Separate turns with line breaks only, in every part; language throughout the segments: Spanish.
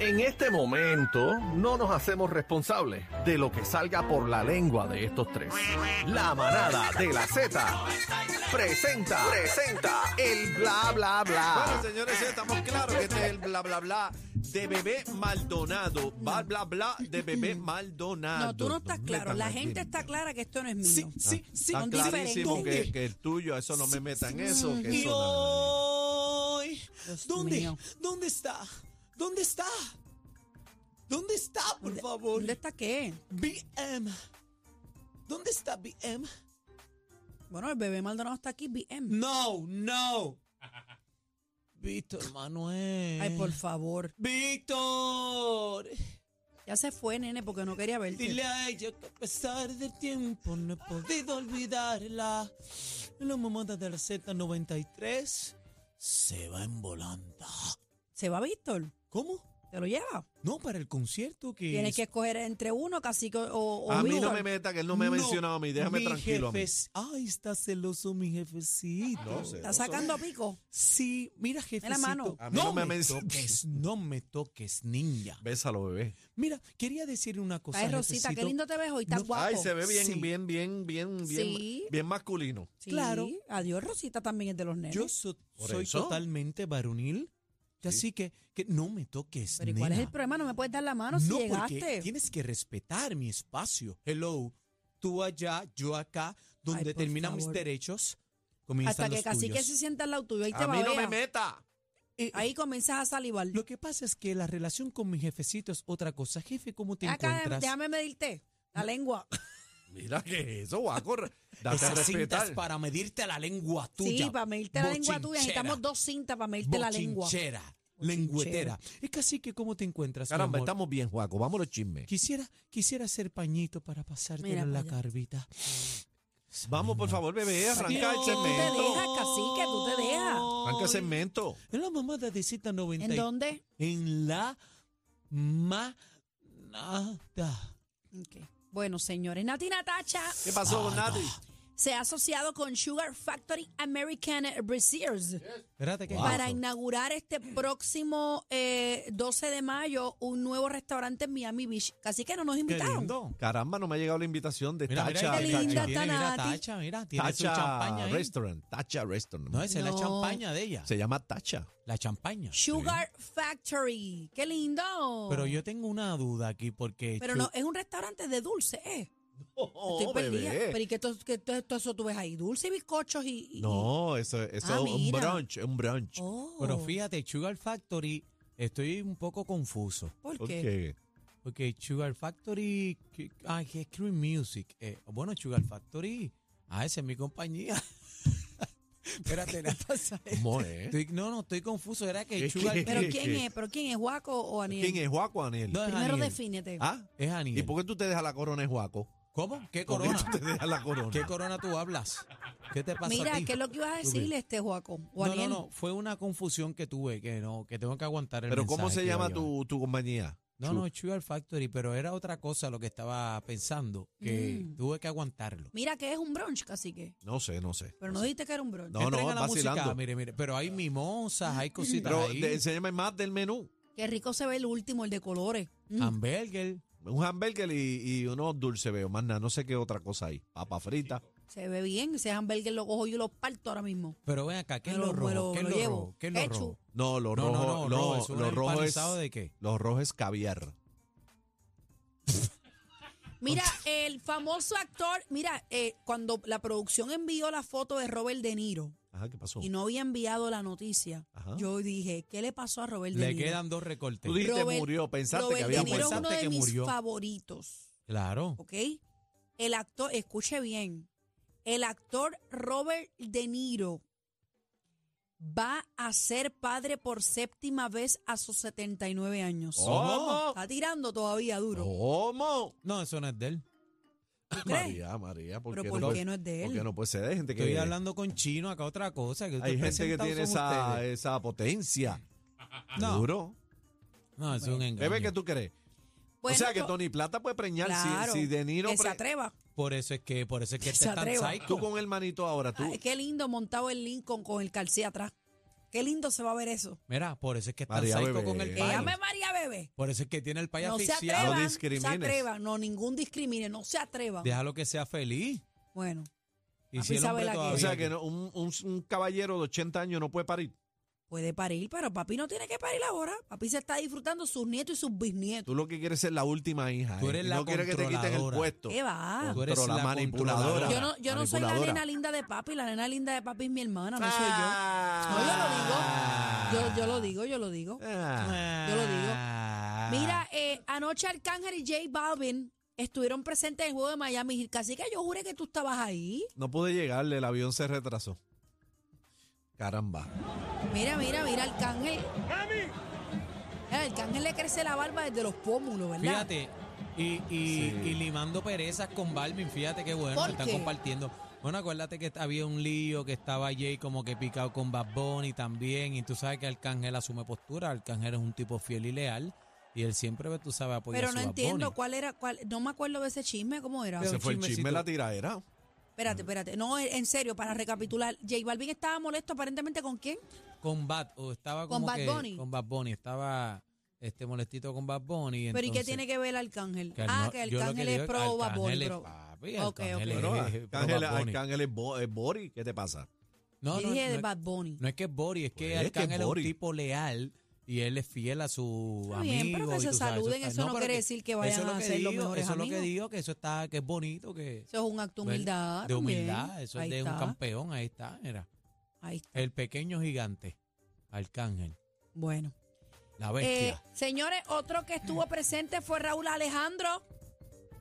En este momento no nos hacemos responsables de lo que salga por la lengua de estos tres. La manada de la Z presenta, presenta el bla bla bla.
Bueno, señores, sí, estamos claros que este es el bla bla bla de bebé Maldonado. Bla bla bla de bebé Maldonado.
No, tú no estás claro. La gente está clara que esto no es mío.
Sí, sí, sí.
Está
Son
clarísimo
diferentes.
que, que el tuyo, eso no me metan eso. Que
Y
eso no.
hoy,
Dios
¿dónde?
mío.
¿Dónde está? ¿Dónde está? ¿Dónde está, por favor?
¿Dónde está qué?
BM. ¿Dónde está BM?
Bueno, el bebé Maldonado está aquí, BM.
No, no. Víctor Manuel.
Ay, por favor.
Víctor.
Ya se fue, nene, porque no quería verte.
Dile a ella que a pesar del tiempo no he podido olvidarla. La mamada de la Z93 se va en volanda.
¿Se va Víctor?
¿Cómo?
¿Te lo lleva?
No, para el concierto que
Tienes
es-
que escoger entre uno, cacique o, o
A mí no
Víctor.
me meta que él no me ha mencionado a mí. Déjame
mi
tranquilo a mí.
jefe- Ay, está celoso mi jefecito.
No sé.
Está sacando pico.
Sí, mira jefecito.
mano.
A mí
no,
no me ha
me,
mencionado.
toques, no me toques, niña.
Bésalo, bebé.
Mira, quería decir una cosa.
Ay, Rosita, qué
jefecito.
lindo te ves hoy. Estás
No.
guapo.
Ay, se ve bien,
Sí.
bien, bien, bien, bien,
Sí.
bien masculino.
Sí.
claro.
Adiós, Rosita también es de los nenes.
Yo so-
Por
soy
eso.
totalmente varonil, así que, que no me toques,
Pero ¿y cuál es
nena.
el problema? Ah, No me puedes dar la mano si
no, porque
llegaste.
tienes que respetar mi espacio. Hello, tú allá, yo acá, donde
Ay, por
terminan mis
favor.
derechos, comienzan
Hasta que
los
cacique
tuyos.
se sienta al lado tuyo. Ahí te
A mí no me
babea.
meta.
Eh,
Ahí comienzas a salivar.
Lo que pasa es que la relación con mi jefecito es otra cosa. Jefe, ¿cómo te
Acá,
encuentras?
déjame medirte. La lengua.
Mira que eso va a correr. Date a
Esas cintas
respetar.
para medirte la lengua tuya.
Sí, para medirte la lengua tuya.
bochinchera,
Necesitamos dos cintas para medirte la lengua.
bochinchera, lengüetera. Es casi que ¿cómo te encuentras, mi
Caramba,
amor?
estamos bien, Juaco. Vamos a los chismes.
Quisiera, quisiera hacer pañito para pasarte
Mira pues
en
pa'
la
allá.
carbita.
Vamos, por favor, bebé, arranca el
Dios.
Tú te
segmento.
dejas, cacique, tú te dejas.
Arranca el segmento.
En la mamada de cita 90
¿En dónde?
En la manada.
Ok. Bueno, señores, Natina Tacha
¿Qué pasó,
Ah,
Nati?
se ha asociado con Sugar Factory American Brewers
Espérate que...
para inaugurar este próximo eh, 12 de mayo un nuevo restaurante en Miami Beach. Así que no nos
Qué
invitaron.
lindo.
Caramba, no me ha llegado la invitación de
Mira, mira,
Tacha.
qué
mira,
linda
Tacha,
está
tiene, mira,
Nati.
Tacha, mira, tiene su champaña
Tacha
ahí.
Restaurant. Tacha Restaurant.
No, esa es
No.
la champaña de ella.
Se llama Tacha.
La champaña.
Sugar Factory. Qué lindo.
Pero yo tengo una duda aquí porque...
Pero
chu-
no, es un restaurante de dulce, ¿eh?
Pues,
Estoy perdida.
Oh,
Pero ¿y qué to- qué to- todo eso tú ves ahí? Dulce y bizcochos y... y-
No, eso, eso
Ah,
es un
mira.
brunch, es un brunch.
Oh,
pero fíjate, Sugar Factory, estoy un poco confuso.
¿Por qué?
Ok.
Porque Sugar Factory... que- Ay, que es Cream Music. Eh, bueno, Sugar Factory... Ah, esa es mi compañía. Espérate, ¿qué pasa?
¿Cómo es?
Estoy- no, no, estoy confuso. Era que
¿Qué-
Sugar...
qué-
¿Pero
Sí,
quién
que-
es? ¿Pero quién es? ¿Juaco o Aniel?
¿Quién es Juaco Anel?
No, es
Primero
Aniel.
defínete.
¿Ah?
Es Aniel.
¿Y por qué tú te dejas la corona, Juaco?
¿Cómo? ¿Qué
¿Por qué
corona?
tú te dejas la corona?
¿Qué corona tú hablas? ¿Qué te pasa a
Mira,
ti?
¿qué es lo que ibas a
Ok.
decirle este Juaco? ¿O
No, no,
Aniel?
no. Fue una confusión que tuve, que no, que tengo que aguantar el
¿Pero cómo
mensaje
se
que iba a
llama
llevar.
tu, tu compañía?
No,
Chu-
no, Sugar Factory, pero era otra cosa lo que estaba pensando, que
Mm.
tuve que aguantarlo.
Mira que es un brunch, cacique.
No sé, no sé.
Pero no dijiste que era un brunch.
No, no,
Entren a la música,
vacilando.
mire, mire, pero hay mimosas,
Mm.
hay cositas
Pero
ahí.
de- enséñame más del menú.
Qué rico se ve el último, el de colores.
Ah.
Mm.
Hamburger,
Un hamburger y, y unos dulces veo, más nada, no sé qué otra cosa hay. Papa frita.
Se ve bien. Ese hamburger lo cojo yo y lo parto ahora mismo.
pero ven acá, ¿qué es
Me
lo
lo- me
rojo?
lo-
¿Qué es
lo
lo
llevo.
rojo? ¿Qué es lo
Ketchup.
rojo?
No, lo
No,
rojo,
no, no,
lo-
rojo, eso
lo
es
rojo es
empanizado de qué?
lo rojo es caviar.
Mira, el famoso actor, mira, eh, cuando la producción envió la foto de Robert De Niro
Ajá, ¿qué pasó?
y no había enviado la noticia,
Ajá.
yo dije, ¿qué le pasó a Robert De
Le
Niro?
quedan dos recortes.
Tú dijiste
Robert-
murió, pensaste
Robert
que
De
había
Niro es
muerto.
uno
pensaste
de
que
mis
murió.
favoritos,
Claro.
¿ok? El actor, escuche bien, el actor Robert De Niro va a ser padre por séptima vez a sus 79 años.
¿Cómo?
Está tirando todavía duro.
Oh. ¿Cómo?
No, eso no es de él.
¿Tú crees?
María, María, ¿por
Pero
qué
¿por
no?
qué no es de él?
Porque no puede ser, hay gente que...
Estoy hablando con chino acá otra cosa. Que
Hay
ustedes
gente que
presentados
tiene
son
esa, eh,
ustedes.
esa potencia.
No.
Duro.
No, eso es un engaño.
Bebé, ¿qué tú crees?
Bueno,
o sea, que
to-
Tony Plata puede preñar si-
claro,
si, De Niro...
que se
pre-
atreva.
Por eso es que, por eso es que
Que
este
se
es tan
atreva.
psycho.
Tú con el manito ahora, tú...
Ay, qué lindo montado el Lincoln con el calcé atrás. Qué lindo se va a ver eso.
Mira, por eso es que está
María,
psycho
bebé.
con el
Eh,
Que
país.
llame María Bebé.
Por eso es que tiene el país
No se
asfixiado.
No
atrevan, no se
discrimines.
atrevan, no ningún discrimine, no se atrevan.
Déjalo que sea feliz.
Bueno,
Y
Papi
si el
sabe
hombre
la que
todavía-
O sea, que no- un, un- un caballero de 80 años no puede parir.
puede parir, pero papi no tiene que parir ahora. Papi se está disfrutando sus nietos y sus bisnietos.
Tú lo que quieres es la última hija.
Tú
¿eh?
eres
Y
la
no quieres que te quiten el
controladora.
puesto.
¿Qué va?
Tú eres
Controla,
la
manipuladora.
controladora.
Yo no, yo no soy la
manipuladora.
nena linda de papi, la nena linda de papi es mi hermana, no soy yo.
Ah.
No, yo lo digo. Yo, yo lo digo, yo lo digo.
Ah.
Yo lo digo.
Ah.
Mira, eh, anoche Arcángel y J Balvin estuvieron presentes en el juego de Miami. Casi que yo juré que tú estabas ahí.
No pude llegarle, el avión se retrasó. Caramba.
Mira, mira, mira, Arcángel. Mira, Arcángel le crece la barba desde los pómulos, ¿verdad?
Fíjate, y, y-
Sí.
y limando perezas con Balvin, fíjate qué bueno,
¿Por
que están
qué?
compartiendo. Bueno, acuérdate que había un lío, que estaba Jay como que picado con Bad Bunny también, y tú sabes que Arcángel asume postura, Arcángel es un tipo fiel y leal, y él siempre, tú sabes, apoya a
Pero
su
no
Bad
entiendo
Bunny.
cuál era, cuál, no me acuerdo de ese chisme, cómo era.
Pero-
Ese
un
fue el chisme
chismecito.
la tiradera.
Espérate, espérate. No, en en serio, para recapitular, J Balvin estaba molesto aparentemente con quién?
Con Bad, o estaba
Con
como
Bad
que-
Bunny.
Con Bad Bunny, estaba este molestito con Bad Bunny.
Pero ¿y qué
entonces-
tiene que ver Arcángel?
al
ah,
no-
que
yo lo
Arcángel
digo
es pro Bad Bunny,
Arcángel es
pro-
papi,
Ok,
Arcángel
ok.
Pero
es- es pro
Arcángel,
Bad Bunny.
Arcángel es, Bo- es Bori, ¿qué te pasa?
No,
Yo
no,
dije
no
de
es-
Bad Bunny.
No es que es Boris, es que
Pues, que
Arcángel
es
es, un
Boris.
tipo leal y él es fiel a su
Está
amigo.
bien, pero que
y
se
tú sabes,
saluden,
está-
eso no
pero
quiere
que-
decir que vayan
eso es
a
que
ser los
digo,
mejores
Eso es lo que
amigos.
digo, que eso está, que es bonito, que... pues,
Eso es un acto de humildad.
De
también.
humildad, eso
Ahí
es de
está,
un campeón, ahí está, mira.
Ahí está.
El pequeño gigante, Arcángel,
Bueno.
la
Eh,
bestia.
señores, otro que estuvo presente fue Raúl Alejandro.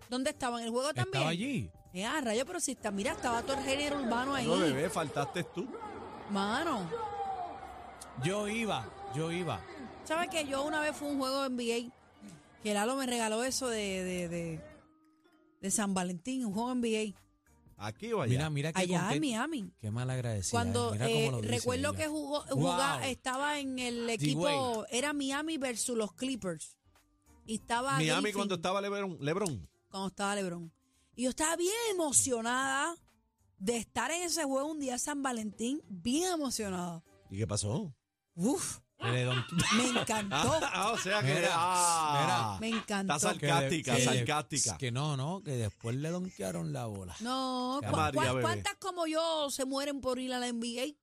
¿Dónde estaba? ¿En el juego también?
Estaba allí.
Eh, ah, rayo, pero si está, mira, estaba todo el género urbano ahí.
No, bebé, faltaste tú.
Mano,
Yo iba, yo iba.
¿sabes que yo una vez fui a un juego de NBA? Que Lalo me regaló eso de, de, de, de San Valentín, un juego de NBA.
Aquí o allá.
Mira, mira qué
Allá en
contento.
Miami.
Qué mal agradecida.
Cuando
mira cómo
eh,
lo dice
recuerdo
ella.
que jugó,
Wow.
jugá- estaba en el equipo, era Miami versus los Clippers. Y estaba
Miami
Griffin.
cuando estaba Lebron. Lebron.
cuando estaba LeBron. Y yo estaba bien emocionada de estar en ese juego un día San Valentín, bien emocionada.
¿Y qué pasó?
Uf,
Que le don-
me encantó,
Ah, o sea que.
Mira,
ah,
me
Está
encantó.
sal- Sarcástica,
que le-
sarcástica.
Que no, no, que después le donkearon la bola.
No,
Ya,
¿cu-
María,
cu-
bebé.
¿cuántas como yo se mueren por ir a la NBA?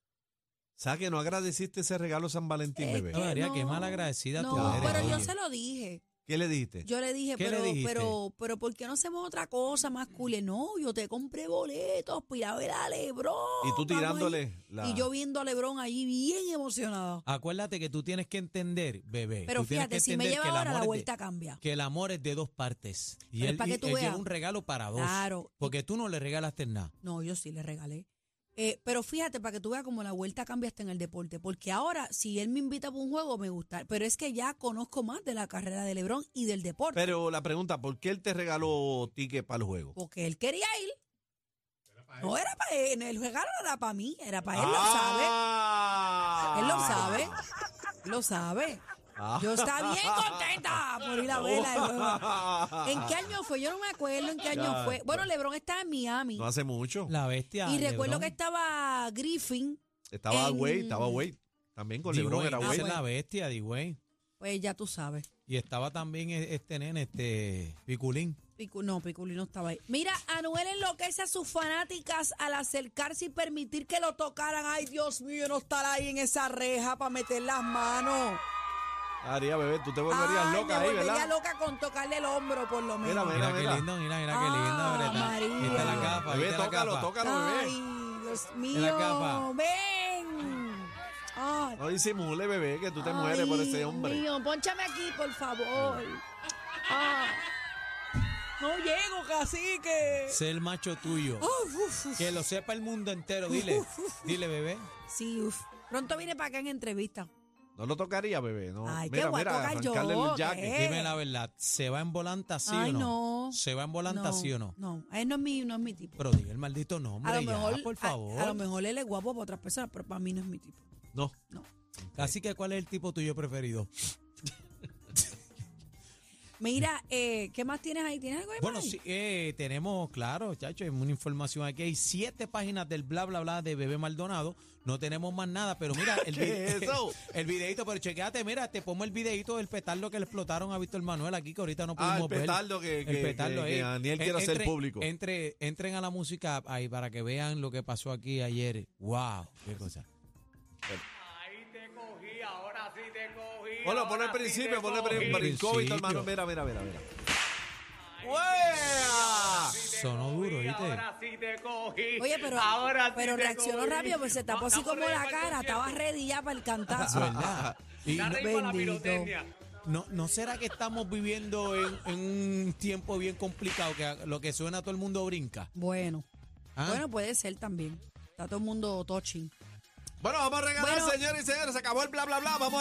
¿Sabes que no agradeciste ese regalo San Valentín,
Es
bebé?
No,
que
María, qué mal agradecida tú
No,
eres,
pero yo
oye.
se lo dije.
¿Qué le dijiste?
Yo le dije,
¿Qué le
pero,
dijiste?
pero, pero, ¿por qué no hacemos otra cosa más cool? No, yo te compré boletos para ir a ver a Lebron.
y tú
vamos ahí.
tirándole la.
Y yo viendo a Lebron allí bien emocionado.
Acuérdate que tú tienes que entender, bebé.
Pero
Ah, tú tienes
fíjate,
que
si me
entender
lleva
que el
ahora, la
amor es de-
vuelta cambia.
que el amor es de dos partes. Y
Pero
él,
pa' que
y-
tú
él lleva
veas.
un regalo para dos.
Claro.
Porque tú no le regalaste nada.
No, yo sí le regalé. Eh, pero fíjate, para que tú veas cómo la vuelta cambia hasta en el deporte. Porque ahora, si él me invita a un juego, me gusta. Pero es que ya conozco más de la carrera de Lebron y del deporte.
Pero la pregunta, ¿por qué él te regaló ticket para el juego?
porque él quería ir. no era para él. El regalo no era para mí. Era para él,
Ah.
lo sabe. Él lo sabe. Él Lo sabe.
Ah.
Yo estaba bien contenta por ir a verla. de nuevo. ¿En qué año fue? Yo no me acuerdo en qué año
Ya,
fue. Bueno, Lebron estaba en Miami.
No hace mucho.
La bestia.
Y recuerdo
Lebron,
que estaba Griffin.
Estaba
en-
Wade, estaba Wade. También con LeBron
D-Wade,
era
esa
Wade.
es la bestia, D-Way.
Pues ya tú sabes.
Y estaba también e- este nene, este Piculín.
Picu- no, Piculín no estaba ahí. Mira, Anuel enloquece a sus fanáticas al acercarse y permitir que lo tocaran. Ay, Dios mío, no estar ahí en esa reja para meter las manos.
Aria, bebé, tú te volverías
Ay,
loca
me
ahí,
volvería
¿verdad?
loca con tocarle el hombro, por lo menos.
Mira,
Mira, qué
mira.
lindo, mira, mira
Ah,
qué
María.
lindo, Breta. Viste la capa,
Bebé,
viste la
tócalo,
capa.
tócalo, bebé.
Ay, Dios
capa.
mío, ven. Ay,
No disimule, bebé, que tú te mueres por
Ay,
ese hombre.
Dios mío, ponchame aquí, por favor. Ah. No llego, cacique.
Sé el macho tuyo.
Ah, uf, uf.
Que lo sepa el mundo entero, dile. Dile, bebé.
Sí, uf. Pronto viene para acá en entrevista.
No lo tocaría, bebé, no.
Ay, ¿qué
mira,
voy a
mira,
tocar yo?
arrancarle el jacket.
¿Qué?
Dime la verdad, ¿se va en volanta sí
Ay,
o no?
no.
¿Se va en volanta sí o no?
No, él no es mi, no es mi tipo.
Pero diga el maldito nombre,
a lo
ya,
mejor,
por
a-
favor.
A, lo mejor él es guapo para otras personas, pero para mí no es mi tipo.
No.
No.
Así que, ¿cuál es el tipo tuyo preferido?
Mira, eh, ¿qué más tienes ahí? ¿Tienes algo ahí? por
Bueno,
ahí?
sí, eh, tenemos, claro, chacho, hay una información aquí. Hay siete páginas del bla, bla, bla de Bebé Maldonado. No tenemos más nada, pero mira, el,
¿Qué es eso?
el videito, pero chequéate, mira, te pongo el videito del petardo que le explotaron a Víctor Manuel aquí, que ahorita no
Ah,
pudimos
el
ver.
petardo que- que- que- que
eh.
Daniel quiere
En-
hacer
entren-
público.
entre- entren a la música ahí para que vean lo que pasó aquí ayer. ¡Wow! ¡Qué cosa!
Hola, pon el principio, pon el pri- brincó,
Principio.
Víctor, hermano. Mira, mira, mira, mira. ¡Uea!
Sonó duro, ¿viste?
Oye, pero, pero reaccionó rápido, pues se tapó así como la cara, estaba ready ya para el cantazo.
¿Verdad? Y no-
Bendito.
No, ¿No será que estamos viviendo en, en un tiempo bien complicado que a- lo que suena todo el mundo brinca?
Bueno,
Ah.
bueno, puede ser también. Está todo el mundo touching.
Bueno, vamos a regalar,
Bueno.
Ah, señores y señores. Se acabó el bla, bla, bla. Vamos a